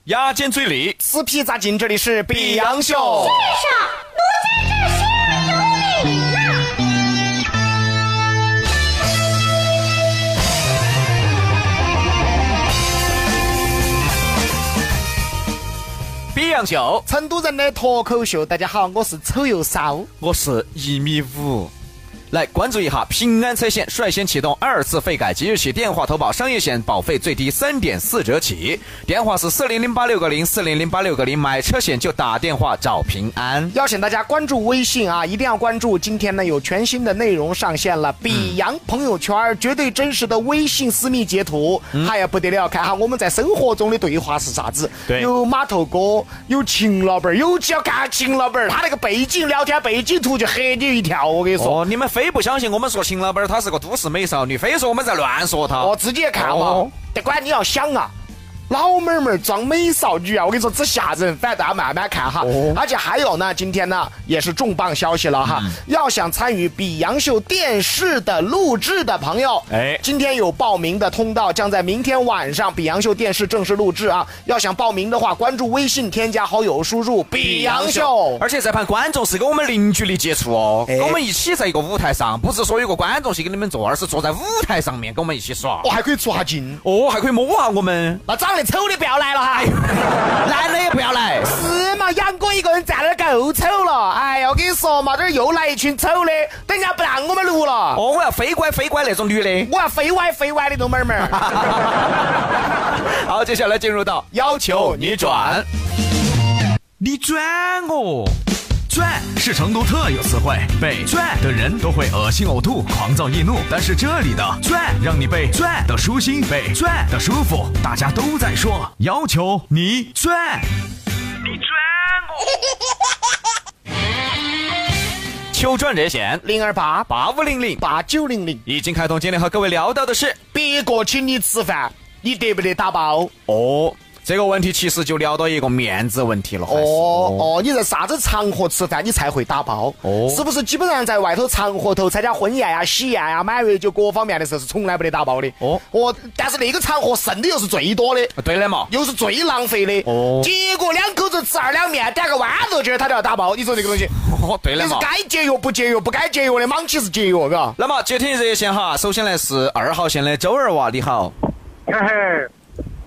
Speaker 2: 牙尖嘴里，
Speaker 3: 撕皮扎筋，这里是比洋秀。
Speaker 4: 是啊，奴在这心里有你呐。
Speaker 2: 比洋秀，
Speaker 3: 成都人的脱口秀，大家好，我是丑又骚，
Speaker 2: 我是一米五。来关注一下平安车险，率先启动二次费改，即日起电话投保商业险保费最低三点四折起，电话是四零零八六个零四零零八六个零，买车险就打电话找平安。
Speaker 3: 邀请大家关注微信啊，一定要关注，今天呢有全新的内容上线了，比洋朋友圈、嗯、绝对真实的微信私密截图，嗯、哎呀不得了，看哈我们在生活中的对话是啥子，有码头哥，有秦老板，尤其要看秦老板，他那个背景聊天背景图就吓你一跳，我跟你说，
Speaker 2: 哦、你们非。非不相信我们说秦老板她是个都市美少女，非说我们在乱说她。
Speaker 3: 我自己也看嘛，哦、但管你要想啊，老妹儿们装美少女啊，我跟你说只吓人，反正大家慢慢看哈。哦、而且还有呢，今天呢也是重磅消息了哈，嗯、要想参与比洋秀电视的录制的朋友，哎，今天有报名的通道将在明天晚上比洋秀电视正式录制啊。要想报名的话，关注微信添加好友，输入比洋秀，
Speaker 2: 而且这盘观众是跟我们零距离接触哦，跟、哎、我们一起在一个舞台上，不是说有个观众席跟你们坐，而是坐在舞台上面跟我们一起耍。
Speaker 3: 我、哦、还可以出下镜，
Speaker 2: 哦，还可以摸下我们。
Speaker 3: 那长得丑的不要来了哈，
Speaker 2: 男的也不要来。
Speaker 3: 是哎嘛？杨哥一个人站那儿够丑了，哎呀，我跟你说嘛，这儿又来一群丑的，等人家不让我们录了。
Speaker 2: 哦，我要飞乖飞乖那种女的，
Speaker 3: 我要飞歪飞歪的那种妹妹。 [LAUGHS]
Speaker 2: 好，接下来进入到要求你转，
Speaker 5: 你转我、哦。转是成都特有词汇，被转的人都会恶心、呕吐、狂躁、易怒。但是这里的转让你被转的舒心，被转的舒服。大家都在说，要求你转，你转 [LAUGHS]
Speaker 2: 我。求转热线
Speaker 3: 零二八
Speaker 2: 八五零零
Speaker 3: 八九零零
Speaker 2: 已经开通。今天和各位聊到的是，
Speaker 3: 别个请你吃饭，你得不得打包？
Speaker 2: 哦。这个问题其实就聊到一个面子问题了，哎还是
Speaker 3: 哦哦，你在啥子场合吃饭，你才会打包？
Speaker 2: 哦
Speaker 3: 是不是基本上在外头场合头参加婚宴呀、喜宴呀、满月酒各方面的时候是从来不得打包的？
Speaker 2: 哦
Speaker 3: 哦，但是那个场合剩的又是最多的，
Speaker 2: 对的嘛，
Speaker 3: 又是最浪费的。
Speaker 2: 哦
Speaker 3: 结果两口子吃二两面，点个豌豆角，他就要打包。你说这个东西，
Speaker 2: [LAUGHS] 哦对
Speaker 3: 你
Speaker 2: 的
Speaker 3: 是
Speaker 2: 嘛。
Speaker 3: 该节约不节约，不该节约的莽起是节约，嘎。
Speaker 2: 那么接听热线哈，首先来是二号线的周二娃，你好，
Speaker 11: 嘿嘿，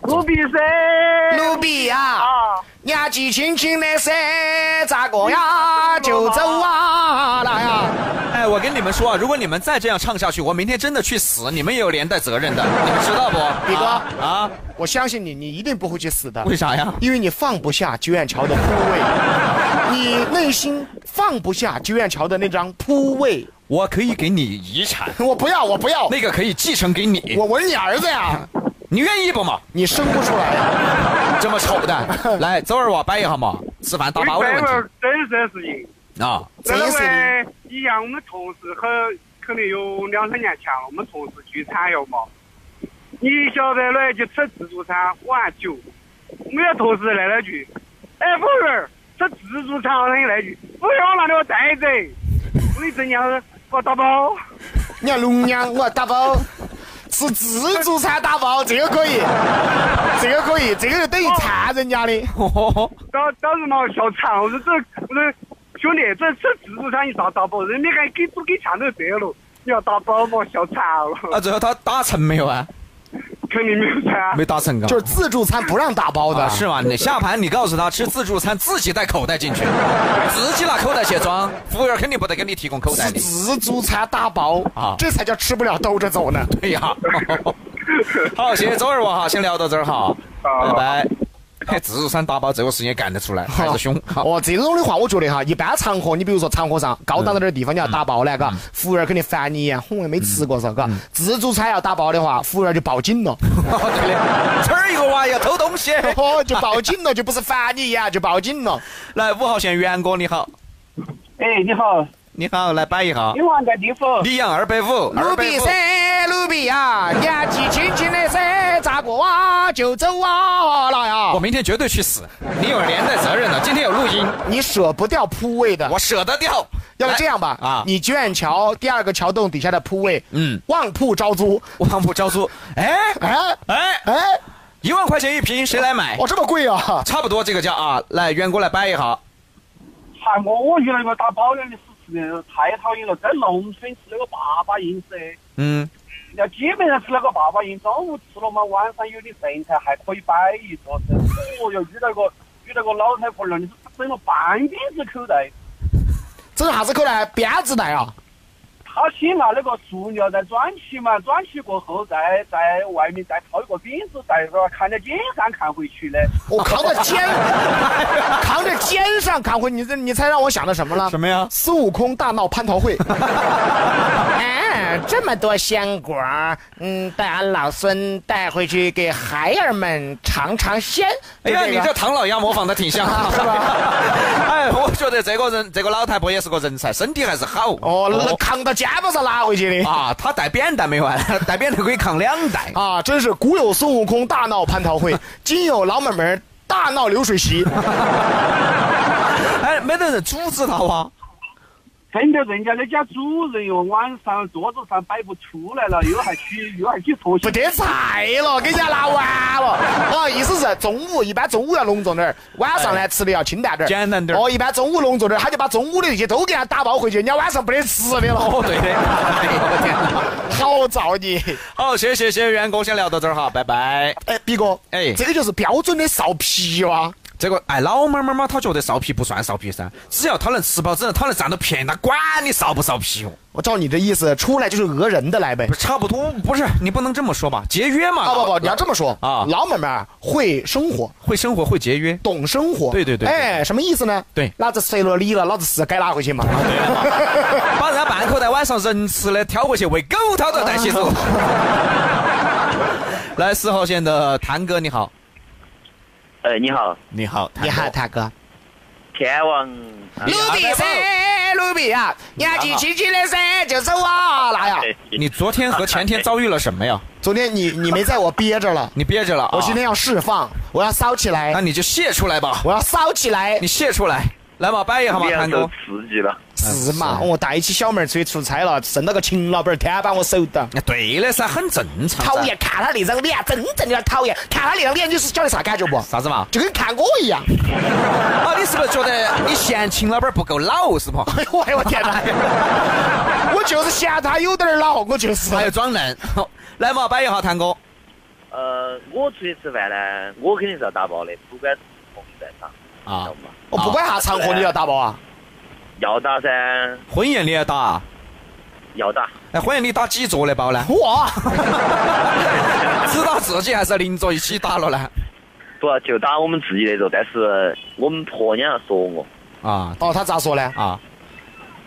Speaker 11: 卢比
Speaker 2: 嗯
Speaker 11: 噻，
Speaker 3: 卢比呀，年纪轻轻的噻，咋个呀就走啊？那呀。
Speaker 2: 哎，我跟你们说啊，如果你们再这样唱下去，我明天真的去死，你们也有连带责任的， [LAUGHS] 你们知道不？
Speaker 3: 比哥
Speaker 2: 啊啊，
Speaker 3: 我相信你，你一定不会去死的。
Speaker 2: 为啥呀？
Speaker 3: 因为你放不下九眼桥的铺
Speaker 2: [LAUGHS]
Speaker 3: 位，你内心放不下九眼桥的那张铺位。
Speaker 2: 我可以给你遗产，
Speaker 3: 我不要，我不要，
Speaker 2: 那个可以继承给你，
Speaker 3: 我我是你儿子呀，
Speaker 2: 你愿意不嘛？
Speaker 3: 你生不出来呀。
Speaker 2: 这么丑 [LAUGHS] 的，来周二娃掰一下嘛，吃饭打
Speaker 11: 你
Speaker 2: 包的
Speaker 11: 这
Speaker 2: 问
Speaker 11: 个真实的事情，
Speaker 2: 题啊。 [LAUGHS]
Speaker 11: 这
Speaker 3: 真
Speaker 11: 个
Speaker 3: 是的
Speaker 11: 位以前我们同事很可能有两三年前了，我们同事聚餐要嘛，你晓得嘞，就吃自助餐喝完酒，我们的同事来了句，哎，服务员，吃自助餐，他又来一句，服务员往哪里我带一走，我一整娘子给我打包。
Speaker 3: 你要龙娘，我要打包，吃自助餐打包，这个可以，这个可以，这个就等于
Speaker 2: 哦
Speaker 3: 馋人家的。
Speaker 11: 当当时嘛我笑惨，我说这我说兄弟，这这自助餐你咋打包？人家还给不给钱都得了，你要打包嘛，笑惨了， [LAUGHS]
Speaker 2: 啊，最后他达成没有啊？
Speaker 11: 肯定没有噻。
Speaker 2: 没达成啊。
Speaker 3: 就是自助餐不让打包的，
Speaker 2: 啊，是吗？你下盘你告诉他吃自助餐，自己带口袋进去，自己拿口袋卸妆，服务员肯定不得给你提供口袋
Speaker 3: 吃
Speaker 2: 的。
Speaker 3: 自助餐打包
Speaker 2: 啊
Speaker 3: 这才叫吃不了兜着走呢。
Speaker 2: [LAUGHS] 对呀、好，谢谢周二娃哈，先聊到这儿哈，拜拜。嘿自助餐打包这个事情也干得出来，还是凶。好，
Speaker 3: 哦，这种的话，我觉得哈，一般场合，你比如说场合上高档点的地方，你
Speaker 2: 嗯
Speaker 3: 要打包呢，嘎，服务员肯定烦你一眼，哄也没吃过是吧嘎。
Speaker 2: 嗯
Speaker 3: 自助餐要打包的话，服务员就报警
Speaker 2: [LAUGHS]
Speaker 3: 了，
Speaker 2: 对的，吃儿一个娃要偷东西。
Speaker 3: 哦，就报警了，就不是烦你一眼，就报警了。
Speaker 2: 来，五号线袁哥你好，
Speaker 11: 哎，你好，
Speaker 2: 你好，来摆一下。
Speaker 11: 好，在地府。
Speaker 2: 李阳二百五，
Speaker 3: 卢
Speaker 2: 二
Speaker 3: 比
Speaker 2: 百五。
Speaker 3: 噻，卢比呀，年纪轻轻的噻，咋个哇就走啊那
Speaker 2: 我
Speaker 3: 呀？
Speaker 2: 明天绝对去死，你有连带责任的。今天有录音，
Speaker 3: 你舍不掉铺位的
Speaker 2: 我，舍得掉。
Speaker 3: 要不
Speaker 2: 来
Speaker 3: 这样吧，
Speaker 2: 啊
Speaker 3: 啊，你卷桥第二个桥洞底下的铺位，
Speaker 2: 嗯
Speaker 3: 嗯，旺铺招租，
Speaker 2: 我当铺招租，哎
Speaker 3: 哎
Speaker 2: 哎，
Speaker 3: 哎，
Speaker 2: 一万块钱一瓶，谁来买？
Speaker 3: 哦，这么贵啊？
Speaker 2: 差不多这个价啊，来，袁哥来掰一下。
Speaker 12: 哎
Speaker 11: 喊我，我遇到一个打包人的事情太讨厌了，在农村吃那个粑粑硬噻，
Speaker 2: 嗯，
Speaker 11: 要基本上吃那个粑粑硬，中午吃了嘛，晚上有点剩菜还可以摆一桌子。哦哟，遇到一个遇到一个老太婆了，你整了半边子口袋。
Speaker 3: 这是啥子口袋？编织袋啊？
Speaker 11: 他先拿那个塑料再转起嘛，转起过后再在外面再套一个饼子，再说看着肩上看回去的。
Speaker 3: 我扛在肩， [LAUGHS] 扛着肩上扛回你这，你猜让我想到什么了？
Speaker 2: 什么呀
Speaker 3: 孙悟空大闹蟠桃会。 [LAUGHS] 啊，这么多鲜果，嗯，带俺老孙带回去给孩儿们尝尝鲜。
Speaker 2: 哎呀，
Speaker 3: 就
Speaker 2: 你
Speaker 3: 个
Speaker 2: 这唐老鸭模仿的挺像， [LAUGHS] 是吧？哎，我觉得这个人，这个老太婆也是个人才，身体还是好。
Speaker 3: 哦，那扛到肩膀上拉回去的。
Speaker 2: 啊，她带扁担没完， [LAUGHS] 带扁担可以扛两袋。
Speaker 3: 啊，真是古有孙悟空大闹蟠桃 [LAUGHS] 会，今有老满门大闹流水 [LAUGHS] 席。
Speaker 2: 哎，没得人阻止她哇。
Speaker 11: 真的，人家那家主人哟，晚上桌子上摆不出来了，又还去又还去拖
Speaker 3: 不
Speaker 11: 鞋。
Speaker 3: 得菜了，给人家拿完了。哦，意思是中午一般中午要隆重点儿，晚上呢吃的要清淡点儿，
Speaker 2: 简单点儿
Speaker 3: 哦，一般中午隆重点儿，他就把中午的那些都给他打包回去，人家晚上不得吃的了。
Speaker 2: 哦，对的。 [LAUGHS] 哎呦我天哪！ [LAUGHS]
Speaker 3: 好造孽！
Speaker 2: 好，谢谢谢谢袁哥，先聊到这儿哈，拜拜。
Speaker 3: 哎，毕哥，
Speaker 2: 哎
Speaker 3: 哎，这个就是标准的苕皮哇。
Speaker 2: 这个哎，老妈妈嘛，她觉得苕皮不算苕皮噻，只要她能吃饱，只要她能占到便宜，她管你苕不苕皮哦。
Speaker 3: 我照你这意思，出来就是讹人的来呗
Speaker 2: 不。是差不多，不是你不能这么说吧？节约嘛。
Speaker 3: 啊不不，你要这么说
Speaker 2: 啊
Speaker 3: 啊，老买卖会生活，
Speaker 2: 会生活会节约。
Speaker 3: 懂生活。
Speaker 2: 对对对对
Speaker 3: 哎，什么意思呢？
Speaker 2: 对啊
Speaker 3: 老子随了你了，老子是该拿回去嘛。 [LAUGHS]
Speaker 2: 把人家半口袋晚上人吃的挑回去喂狗，他都带起
Speaker 3: 啊
Speaker 2: 走。 [LAUGHS] 来，四号线的谭哥，你好，
Speaker 12: 哎，你好，
Speaker 2: 你好，
Speaker 3: 你好，大哥。
Speaker 12: 天王，
Speaker 3: 卢比噻，鲁比啊，年纪轻轻的噻就走啊那呀。
Speaker 2: 你昨天和前天遭遇了什么呀？
Speaker 3: 昨天你你没在我憋着了，
Speaker 2: 你憋着了。
Speaker 3: 我今天
Speaker 2: [LAUGHS] 啊，
Speaker 3: 要释放，我要烧起来
Speaker 2: 那，你就泄出来吧。
Speaker 3: 我要烧起来
Speaker 2: 你，泄出来，来嘛，摆一下嘛，
Speaker 5: 脸
Speaker 2: 谭
Speaker 5: 都
Speaker 2: 哥。啊
Speaker 5: 刺激了，
Speaker 3: 哎是啊嘛？我带起小妹儿出去出差了，剩了个秦老板儿，天把我守到。
Speaker 2: 哎对的噻，很正常噻。
Speaker 3: 讨厌，看他那张脸，真正的讨厌。看他那张脸，你是晓得啥感觉不？
Speaker 2: 啥子嘛？
Speaker 3: 就跟看我一样。
Speaker 2: 啊，你是不是觉得你嫌秦老板不够老是不？
Speaker 3: [LAUGHS] 哎呦，哎呦我天哪！我就是嫌他有点儿老，我就是。
Speaker 2: 还要装嫩？来嘛，摆一下，谭哥。
Speaker 12: 呃，我出去吃饭呢，我肯定是要打包的，不管是红在场，
Speaker 2: 啊，
Speaker 3: 我不管啥场合，你要打包啊？
Speaker 12: 要打噻，
Speaker 2: 婚宴你也打？
Speaker 12: 要打。
Speaker 2: 哎，婚宴你打几桌的包
Speaker 3: [LAUGHS]
Speaker 2: 呢？ [LAUGHS]
Speaker 3: 哇，
Speaker 2: 只打自己还是邻桌一起打了呢？
Speaker 12: 不就打我们自己那种，但是我们婆娘说我，
Speaker 2: 啊
Speaker 3: 哦，他咋说呢？
Speaker 2: 啊，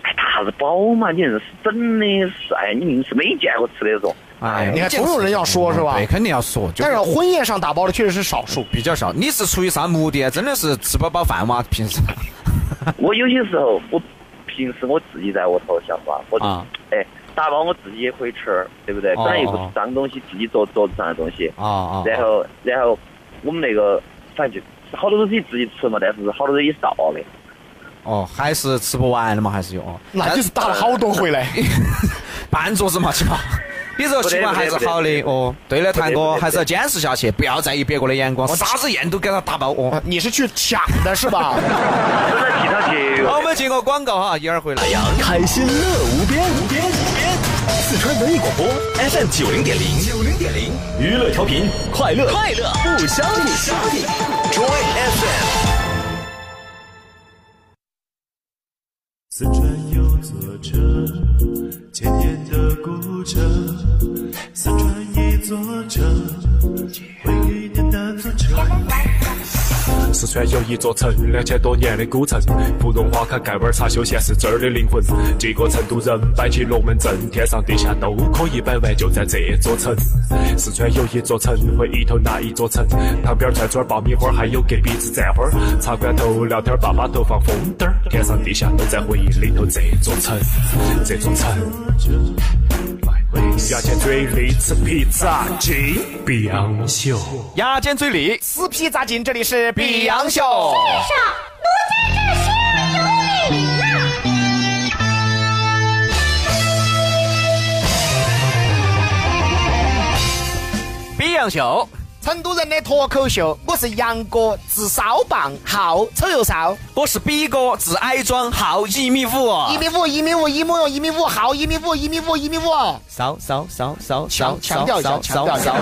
Speaker 12: 哎，打啥子包嘛？你硬是真的是，哎，你硬是没见过吃
Speaker 2: [LAUGHS]
Speaker 12: 的说。
Speaker 2: 哎
Speaker 3: 你看总有人要说是吧
Speaker 2: 对，肯定要说，就
Speaker 3: 但是婚宴上打包的确实是少数。
Speaker 2: 比较少。你是出于啥目的？啊真的是吃不饱饭吗？ [LAUGHS] 平
Speaker 3: [LAUGHS]
Speaker 2: 时？
Speaker 12: 我有些时候，我平时我自己在屋头想嘛，我、
Speaker 2: 啊
Speaker 12: 哎打包我自己也可以吃，对不对？
Speaker 2: 哦
Speaker 12: 本来又不是脏东西，自己桌桌子上的东西。
Speaker 2: 啊啊！
Speaker 12: 然后然后我们那个反正就好多东西自己吃嘛，但是好多东西是倒的。
Speaker 2: 哦，还是吃不完的嘛，还是有哦。
Speaker 3: 那就是打了好多回来。
Speaker 2: [LAUGHS] 半桌子嘛，起码。你这个习惯还是好的哦。对的，谭哥，还是要坚持下去，不要在意别个的眼光，啥子宴都给他打包哦。
Speaker 3: 你是去抢的是 [LAUGHS] 吧？
Speaker 12: 真的其他去
Speaker 2: 好，我们进个广告哈，一会儿回来。
Speaker 5: 开心乐无边，无边无边。四川文艺广播 FM 九零点零，九零点零，娱乐调频，快乐快乐不相不相离，Joy FM。
Speaker 8: 四川有座城，千年的古城，四川一座城，回忆的那座城。
Speaker 1: 四川有一座城，两千多年的古城，芙蓉花开，盖碗茶休闲是这儿的灵魂。几个成都人摆起龙门阵，天上地下都可以摆完，就在这座城。四川有一座城，回忆头那一座城，旁边串串爆米花，还有隔壁子蘸花儿，茶馆头聊天，爸爸头放风筝儿，天上地下都在回忆里头。这座城，这座城。牙尖嘴利吃披萨，金碧昂秀。
Speaker 2: 牙尖嘴利，
Speaker 3: 撕皮扎筋，这里是
Speaker 2: 比
Speaker 3: 比
Speaker 2: 洋
Speaker 3: 洋
Speaker 2: 秀
Speaker 3: 秀。
Speaker 4: 上，奴在这心有你呐。
Speaker 2: 比洋秀。
Speaker 3: 成都人的脱口秀，我是杨哥，自烧棒，好丑又骚，
Speaker 2: 我是比哥，自矮装，好一米五。
Speaker 3: 一米五，一米五，一米五，一米五，好一米五，一米五，一米五。
Speaker 2: 骚骚骚骚
Speaker 3: 强强调一下，强调一下。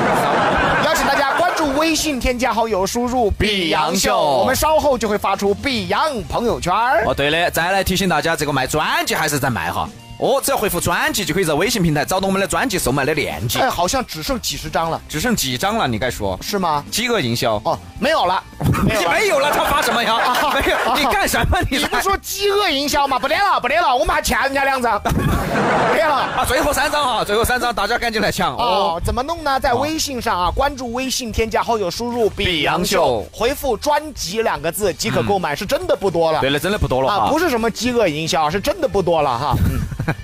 Speaker 3: 邀请大家关注微信，添加好友，输入“
Speaker 2: 比洋秀
Speaker 3: 我们稍后就会发出“比洋朋友圈”。
Speaker 2: 哦，对的，再来提醒大家，这个卖专辑还是在卖哈。哦，只要回复专辑就可以在微信平台找到我们的专辑售卖的链接
Speaker 3: 哎，，好像只剩几十张了，
Speaker 2: 只剩几张了，你该说
Speaker 3: 是吗？
Speaker 2: 饥饿营销。
Speaker 3: 哦，没有了，没有
Speaker 2: 你
Speaker 3: 了。
Speaker 2: 没有了，他发什么呀？ [LAUGHS] 没
Speaker 3: [LAUGHS]
Speaker 2: 有，你干什么？你
Speaker 3: 哦你不
Speaker 2: 在
Speaker 3: 是说饥饿营销吗？不练了，不练了，我们还欠人家两张， [LAUGHS] 不练了。
Speaker 2: 啊，最后三张哈，最后三张，大家赶紧来抢
Speaker 3: 哦
Speaker 2: 哦。，
Speaker 3: 怎么弄呢？在微信上啊，关注微信，添加好友，输入“
Speaker 2: 比
Speaker 3: 比
Speaker 2: 洋
Speaker 3: 洋
Speaker 2: 秀
Speaker 3: 秀”，嗯回复“专辑”两个字即可购买，是真的不多了
Speaker 2: 对了，真的不多了
Speaker 3: 啊，
Speaker 2: 哈
Speaker 3: 不，是什么饥饿营销，是真的不多了哈，
Speaker 2: [LAUGHS] 嗯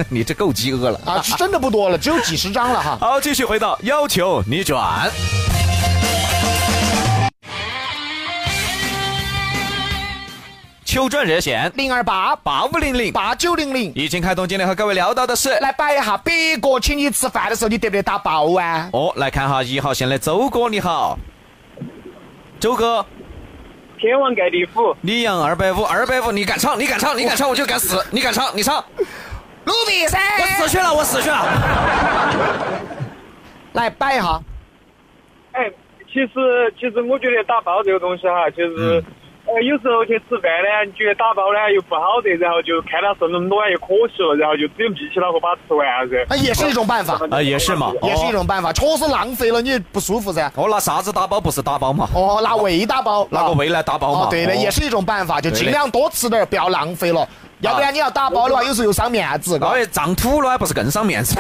Speaker 2: 你这够饥饿了。
Speaker 3: 啊，是真的不多了，只有几十张了哈。
Speaker 2: 好，继续回到要求你转。求转热线
Speaker 3: 零二八
Speaker 2: 八五零零
Speaker 3: 八九零零，
Speaker 2: 已经开通，今天和各位聊到的是
Speaker 3: 来摆一下，别个请你吃饭的时候，你得不得打包啊？
Speaker 2: 哦，来看哈一号线的周哥，你好，周哥，
Speaker 13: 天王盖地虎，
Speaker 2: 你养二百五，二百五，你敢唱，你敢唱，你敢唱，我就敢死，你敢唱，你唱，
Speaker 3: 卢比噻，
Speaker 2: 我死去了，我死去了。
Speaker 3: 来摆一下，
Speaker 13: 哎，其实其实我觉得打包这个东西哈，就是。
Speaker 11: 哎
Speaker 13: 呃，有时候去吃饭呢，你觉得打包呢又不好的，然后就看他剩那么多碗又可惜了，然后就只有闭起脑壳把它吃完了噻。
Speaker 3: 那也是一种办法，
Speaker 2: 啊，也是嘛，
Speaker 3: 也是一
Speaker 2: 哦。
Speaker 3: 种办法，确实浪费了，你也不舒服噻。
Speaker 2: 哦，拿啥子打包不是打包嘛？
Speaker 3: 哦，拿胃打包，
Speaker 2: 拿个
Speaker 3: 啊
Speaker 2: 胃来打包嘛？
Speaker 3: 哦，对的，也是一种办法，就
Speaker 2: 对的啊
Speaker 3: 尽量多吃点儿，不要浪费了。要不然你要打包的话，有时候又伤面子。
Speaker 2: 老
Speaker 3: 嘎
Speaker 2: 爷胀土了，还不是更伤面子？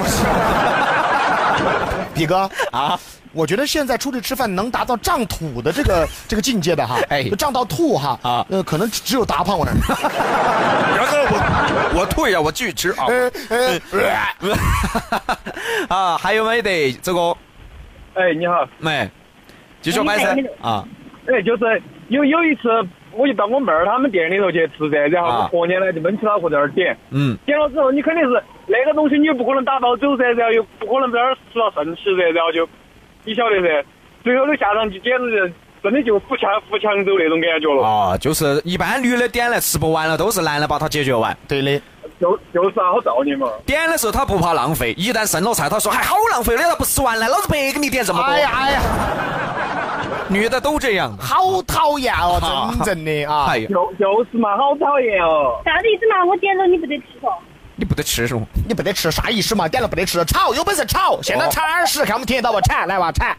Speaker 3: 比哥，
Speaker 2: 啊，
Speaker 3: 我觉得现在出去吃饭能达到胀土的这个 [LAUGHS] 这个境界的哈，
Speaker 2: 哎
Speaker 3: 就胀到吐哈，
Speaker 2: 啊
Speaker 3: 呃，可能只有达胖我那儿。
Speaker 2: 然哥，我我吐 [LAUGHS] 跪呀，我继续吃啊！ [LAUGHS] 啊，还有没得这个？
Speaker 14: 哎，你好，
Speaker 2: 没，继续买噻
Speaker 14: 哎你好
Speaker 2: 啊！
Speaker 14: 哎，就是有有一次，我就到我妹儿他们店里头去吃噻，然后我婆娘呢就闷起脑壳在那儿点，
Speaker 2: 嗯，
Speaker 14: 点了之后，你肯定是那个东西你又不可能打包走噻，然后又不可能在那儿吃了剩吃噻，然后就你晓得噻，最后的下场就简直是真的就扶墙扶墙走那种感觉了。
Speaker 2: 啊，就是一般女的点来吃不完了，都是男的把它解决完。
Speaker 3: 对的。
Speaker 14: 就就是啊，好道理嘛。
Speaker 2: 点的时候他不怕浪费，一旦剩了菜，他说：“还哎好浪费的，那不吃完了，老子白给你点这么多。”
Speaker 3: 哎呀哎呀，
Speaker 2: 女的都这样。
Speaker 3: 好讨厌哦，真正的
Speaker 2: 哎
Speaker 3: 啊！
Speaker 14: 就就是嘛，好讨厌哦！
Speaker 15: 啥子意思嘛？我点了你不得吃哦。
Speaker 2: 你不得吃是吗？
Speaker 3: 你不得吃啥意思嘛？点了不得吃，吵有本事吵，现在铲耳屎，看我们听得到不？铲来吧铲。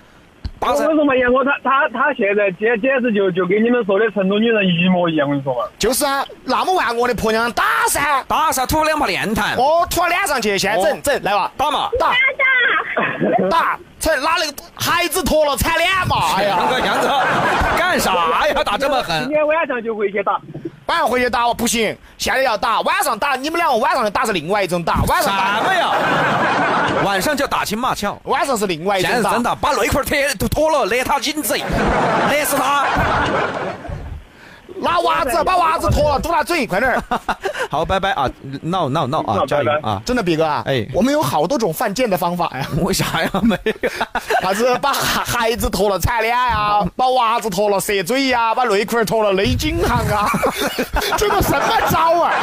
Speaker 14: 我跟你说嘛，杨哥，他他他现在简简直就就跟你们说的成都女人一模一样，我跟你说嘛。
Speaker 3: 就是啊，那么万恶的婆娘打噻，
Speaker 2: 打噻，吐两把脸痰。
Speaker 3: 哦，吐到脸上去，先整整，来吧，
Speaker 2: 打嘛，
Speaker 3: 打打打，成拿那个孩子脱了踩脸嘛，哎呀，
Speaker 2: 杨哥杨哥，干啥呀？打这么狠？
Speaker 14: 天晚上就回去打，
Speaker 3: 晚上回去打我不行，现在要打，晚上打，你们两个晚上打是另外一种打，
Speaker 2: [LAUGHS]
Speaker 3: 晚上打
Speaker 2: 什么呀？晚上就打情骂俏，
Speaker 3: 晚上是另外一
Speaker 2: 现在
Speaker 3: 种
Speaker 2: 是
Speaker 3: 打
Speaker 2: 真，的，把内裤脱脱了，勒他颈 [LAUGHS] 子，勒死他。
Speaker 3: 拿袜子把袜子脱了，堵他嘴，快点儿。
Speaker 2: 好，拜拜啊！闹闹闹啊！加油啊！ [LAUGHS]
Speaker 3: 真的，比哥啊，哎，我们有好多种犯贱的方法呀。 [LAUGHS]
Speaker 2: 为啥呀？没 [LAUGHS] 有，
Speaker 3: 啥子把孩孩子脱了踩脸
Speaker 2: 嗯
Speaker 3: 呀，把娃子脱了塞嘴呀，把内裤儿脱了勒颈项啊， [LAUGHS] 这个什么招啊？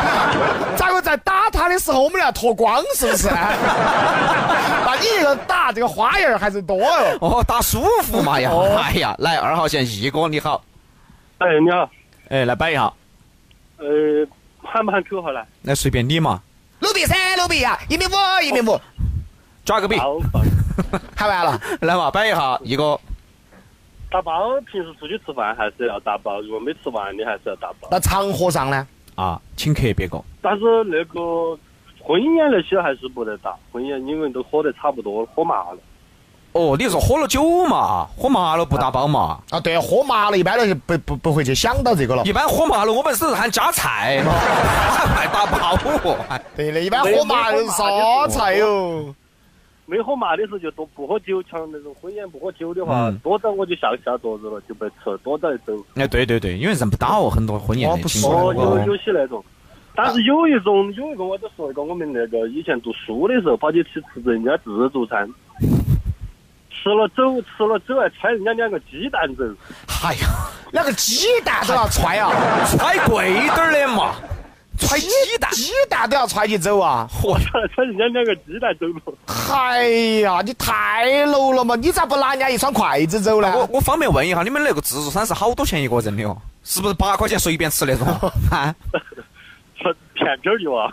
Speaker 3: 咋个在打他的时候我们俩脱光是不 [LAUGHS] 是？那你这个打这个花样儿还是多哦。
Speaker 2: 哦，打舒服嘛呀！哎呀，来二号线一哥你好，
Speaker 16: 哎你好，
Speaker 2: 哎来摆一下，
Speaker 16: 呃，喊不喊口号呢？
Speaker 2: 那随便你嘛，
Speaker 3: 六比三，六比啊，一米五，一米五，
Speaker 2: 抓个比，
Speaker 3: 喊完了，
Speaker 2: 来嘛摆一下一哥，
Speaker 16: 打包，平时出去吃饭还是要打包，如果没吃完的还是要打包。
Speaker 3: 那场合上呢？
Speaker 2: 啊，请客别个，
Speaker 16: 但是那个婚宴那些还是不得打，婚宴因为都喝得差不多了，喝麻了。
Speaker 2: 哦，你是说喝了酒嘛，喝麻了不打包嘛？
Speaker 3: 啊，对，喝麻了，一般都是不不不会去想到这个了。
Speaker 2: 一般喝麻了，我们是喊加菜， [LAUGHS] 还打包啊
Speaker 3: 对的，一般喝麻了啥菜哟？
Speaker 16: 没喝麻的时候就多不喝酒，像那种婚宴不喝酒的话，
Speaker 2: 嗯
Speaker 16: 多早我就下下桌子了，就被吃，多早一走。
Speaker 2: 哎，对对对，因为认不到很多婚宴的情
Speaker 16: 哦，
Speaker 2: 况。
Speaker 16: 有有些那种，但是有一种有一个我就说一个，我们那个以前读书的时候跑去吃吃人家自助餐，吃了走吃了走还揣人家两个鸡蛋 [LAUGHS] 走，
Speaker 2: 哎呀，
Speaker 3: 那个鸡蛋都要揣啊，
Speaker 2: 揣贵点儿的嘛，
Speaker 3: 揣鸡蛋，鸡蛋都要揣起走啊！
Speaker 2: 我
Speaker 16: 揣人家两个鸡蛋走了。
Speaker 3: 哎呀，你太 low 了嘛！你咋不拿人家一双筷子走呢？
Speaker 2: 我我方便问一下，你们那个自助餐是好多钱一个人的哦？是不是八块钱随便吃那种？啊，
Speaker 16: 片片鱼啊，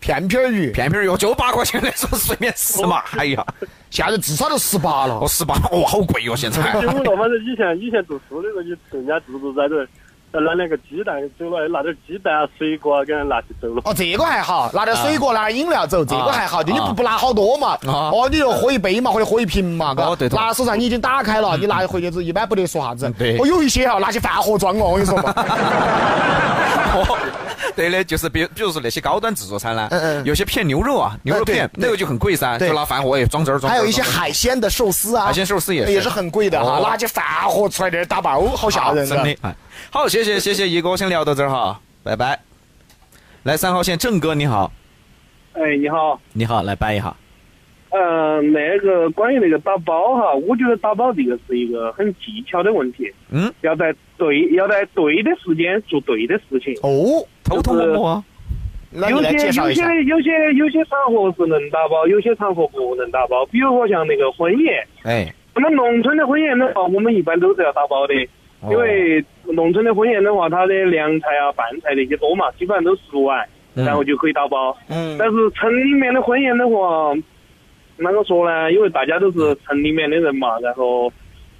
Speaker 3: 片片鱼，
Speaker 2: 片片鱼就八块钱那种随便吃嘛？哎呀，
Speaker 3: 现在至少都十八了，
Speaker 2: 我十八，哇，好贵哦，现在。
Speaker 16: 因为我反正以前以前读书的时候，就吃人家自助餐的，拿两个鸡蛋走了，拿点鸡蛋啊、水果啊给人拿去走了。
Speaker 3: 哦，这个还好，拿点水果，拿点饮料走，这个还好，
Speaker 16: 啊
Speaker 3: 就你不不拿好多嘛，
Speaker 2: 啊
Speaker 3: 哦，你就喝一杯嘛，或者喝一瓶嘛，嘎
Speaker 2: 哦对头
Speaker 3: 拿手上你已经打开了，你拿回去之后一般不得说啥子，
Speaker 2: 对
Speaker 3: 哦，有一些哈，拿起饭盒装哦，我跟你说嘛，
Speaker 2: 哦对的，就是比比如说那些高端自助餐呢
Speaker 3: 嗯，嗯哎
Speaker 2: 有些片牛肉啊，牛肉
Speaker 3: 对
Speaker 2: 片
Speaker 3: 对
Speaker 2: 那个就很贵噻，
Speaker 3: 对
Speaker 2: 就拿饭盒哎装这儿装这儿。
Speaker 3: 还有一些
Speaker 2: 装这儿
Speaker 3: 海鲜的寿司啊，
Speaker 2: 海鲜寿司也是
Speaker 3: 也是很贵的哈，
Speaker 2: 哦
Speaker 3: 拿起饭盒出来的打包，好吓人
Speaker 2: 真
Speaker 3: 啊！
Speaker 2: 的。哎好，谢谢谢谢一哥，先聊到这儿哈，拜拜。来三号线郑哥你好，
Speaker 11: 哎，你好，
Speaker 2: 你好，来掰一下。
Speaker 11: 呃，那个关于那个打包哈，我觉得打包这个是一个很技巧的问题，
Speaker 2: 嗯，
Speaker 11: 要在对要在对的时间做对的事情。
Speaker 3: 哦，
Speaker 2: 偷偷摸摸啊。
Speaker 3: 那
Speaker 11: 有些有些有些有些场合是能打包，有些场合不能打包。比如说像那个婚宴，
Speaker 2: 哎，
Speaker 11: 那么农村的婚宴的话，我们一般都是要打包的，
Speaker 2: 哦
Speaker 11: 因为农村的婚宴的话，它的凉菜啊、拌菜那些多嘛，基本上都熟完，
Speaker 2: 嗯
Speaker 11: 然后就可以打包。
Speaker 2: 哦
Speaker 3: 嗯
Speaker 11: 但是城里面的婚宴的话，啷个说呢？因为大家都是城里面的人嘛，然后。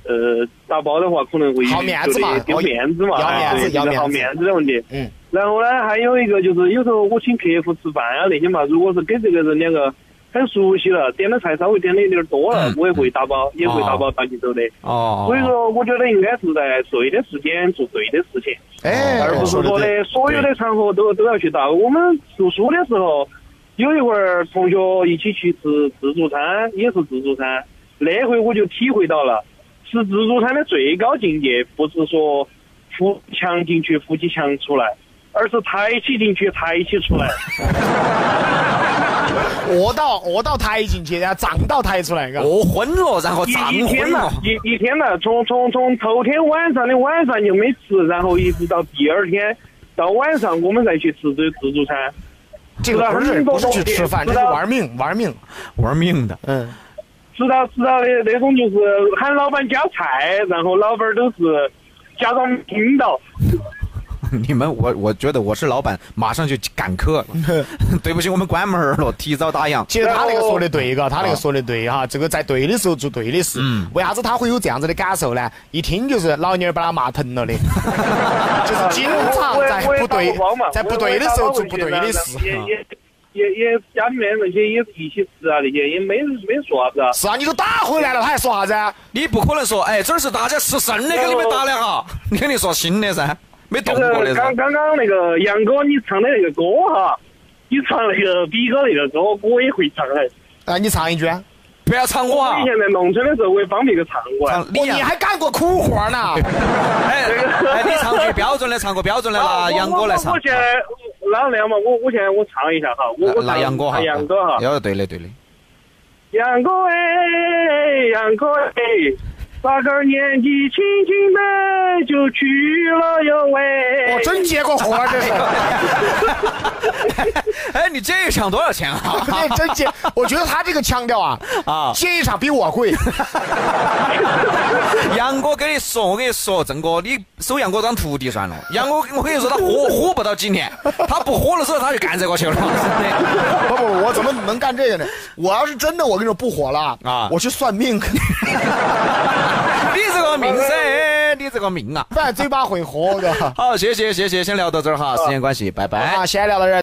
Speaker 11: 呃，打包的话可能会
Speaker 3: 好面子
Speaker 11: 觉
Speaker 3: 嘛
Speaker 11: 得丢
Speaker 3: 哦
Speaker 11: 面子嘛，哎
Speaker 3: 要面子
Speaker 11: 对
Speaker 3: 要
Speaker 11: 这个好
Speaker 3: 面子
Speaker 11: 面子的问题。
Speaker 3: 嗯，
Speaker 11: 然后呢，还有一个就是有时候我请客户吃饭啊那些嘛，如果是给这个人两个很熟悉了，点的菜稍微点的有点多
Speaker 3: 嗯
Speaker 11: 了，我也会打包，也会打包带起走的。
Speaker 2: 哦
Speaker 11: 所以说，我觉得应该是在对的时间做对的事情，
Speaker 3: 哎
Speaker 11: 而不是说
Speaker 3: 说得
Speaker 11: 的
Speaker 3: 对
Speaker 11: 所有的场合都都要去到。我们读书的时候，有一会儿同学一起去吃自助餐，也是自助餐，那回我就体会到了，吃自助餐的最高境界，不是说扶墙进去扶起墙出来，而是抬起进去抬起出来。
Speaker 3: 饿到饿到抬进去，然后胀到抬出来，
Speaker 11: 哦
Speaker 3: 嘎。
Speaker 2: 饿哦昏了，然
Speaker 11: 一一天嘛，一一天嘛，从从从头天晚上的晚上就没吃，然后一直到第二天到晚上，我们再去吃这自助餐。
Speaker 3: 这个不是不是去吃饭，这是玩命玩命
Speaker 2: 玩命的。
Speaker 3: 嗯，
Speaker 11: 知道知道的那种就是喊老板加菜，然后老板都是假装没听到，
Speaker 2: 你们，我我觉得我是老板，马上就赶客了。对不起，我们关门了，提早打烊。
Speaker 3: 其实他那个说的对，嘎，他那个说的对
Speaker 2: 哦
Speaker 3: 哈，这个在对的时候做对的事。
Speaker 2: 嗯
Speaker 3: 为啥子他会有这样子的感受呢？一听就是老娘儿把他骂疼
Speaker 2: [LAUGHS]
Speaker 3: 了的，
Speaker 11: 啊
Speaker 3: 就是经常在不对在不对的时候做不对的事。啊
Speaker 11: 也也也也家里面那些也是一起吃啊，那些也没没说啥子啊。
Speaker 3: 是啊，你都打回来了，他还说啥子啊？
Speaker 2: 你不可能说，哎，这儿是大家吃剩的，给你们打的哈。你肯定说新的噻，没动
Speaker 11: 啊就
Speaker 2: 过
Speaker 11: 是
Speaker 2: 的噻
Speaker 11: 刚。刚刚那个杨哥你唱的那个歌哈，你唱那个比哥那个歌，我也会唱哎。
Speaker 3: 啊，你唱一句啊！
Speaker 2: 不要唱
Speaker 11: 我以前在农村的时候，我也帮别个唱过。
Speaker 2: 哦
Speaker 3: 你还干过苦活呢？哦
Speaker 2: 哎哎，你唱句标准的，唱个标准的，拿杨哥来
Speaker 11: 啊我
Speaker 2: 唱
Speaker 11: 我。现在哪那样嘛？我我现在我唱一下哈，我我
Speaker 2: 拿杨哥哈，
Speaker 11: 唱杨哥哈，
Speaker 2: 要对的对的。
Speaker 11: 杨哥哎，杨哥哎，八个年纪轻轻的就去了哟喂。
Speaker 3: 我真接过活儿这是。
Speaker 2: [LAUGHS] 哎，你这一场多少钱啊？
Speaker 3: 那 [LAUGHS] 真接，我觉得他这个腔调啊，
Speaker 2: 啊，
Speaker 3: 接一场比我贵。
Speaker 2: [LAUGHS] 杨哥跟你说，我跟你说，郑哥，你收杨哥当徒弟算了。杨哥，我跟你说，他 [LAUGHS] 火火不到几年，他不火了之后，他就干这个去了。 [LAUGHS]
Speaker 3: 不不，我怎么能干这个呢？我要是真的，我跟你说不火了啊！我去算命， [LAUGHS]
Speaker 2: 你这个命噻，你这个命啊！
Speaker 3: 半嘴巴会活的。
Speaker 2: 好，谢谢谢谢，先聊到这儿哈，时间关系，拜拜。
Speaker 3: 啊，先聊到这儿。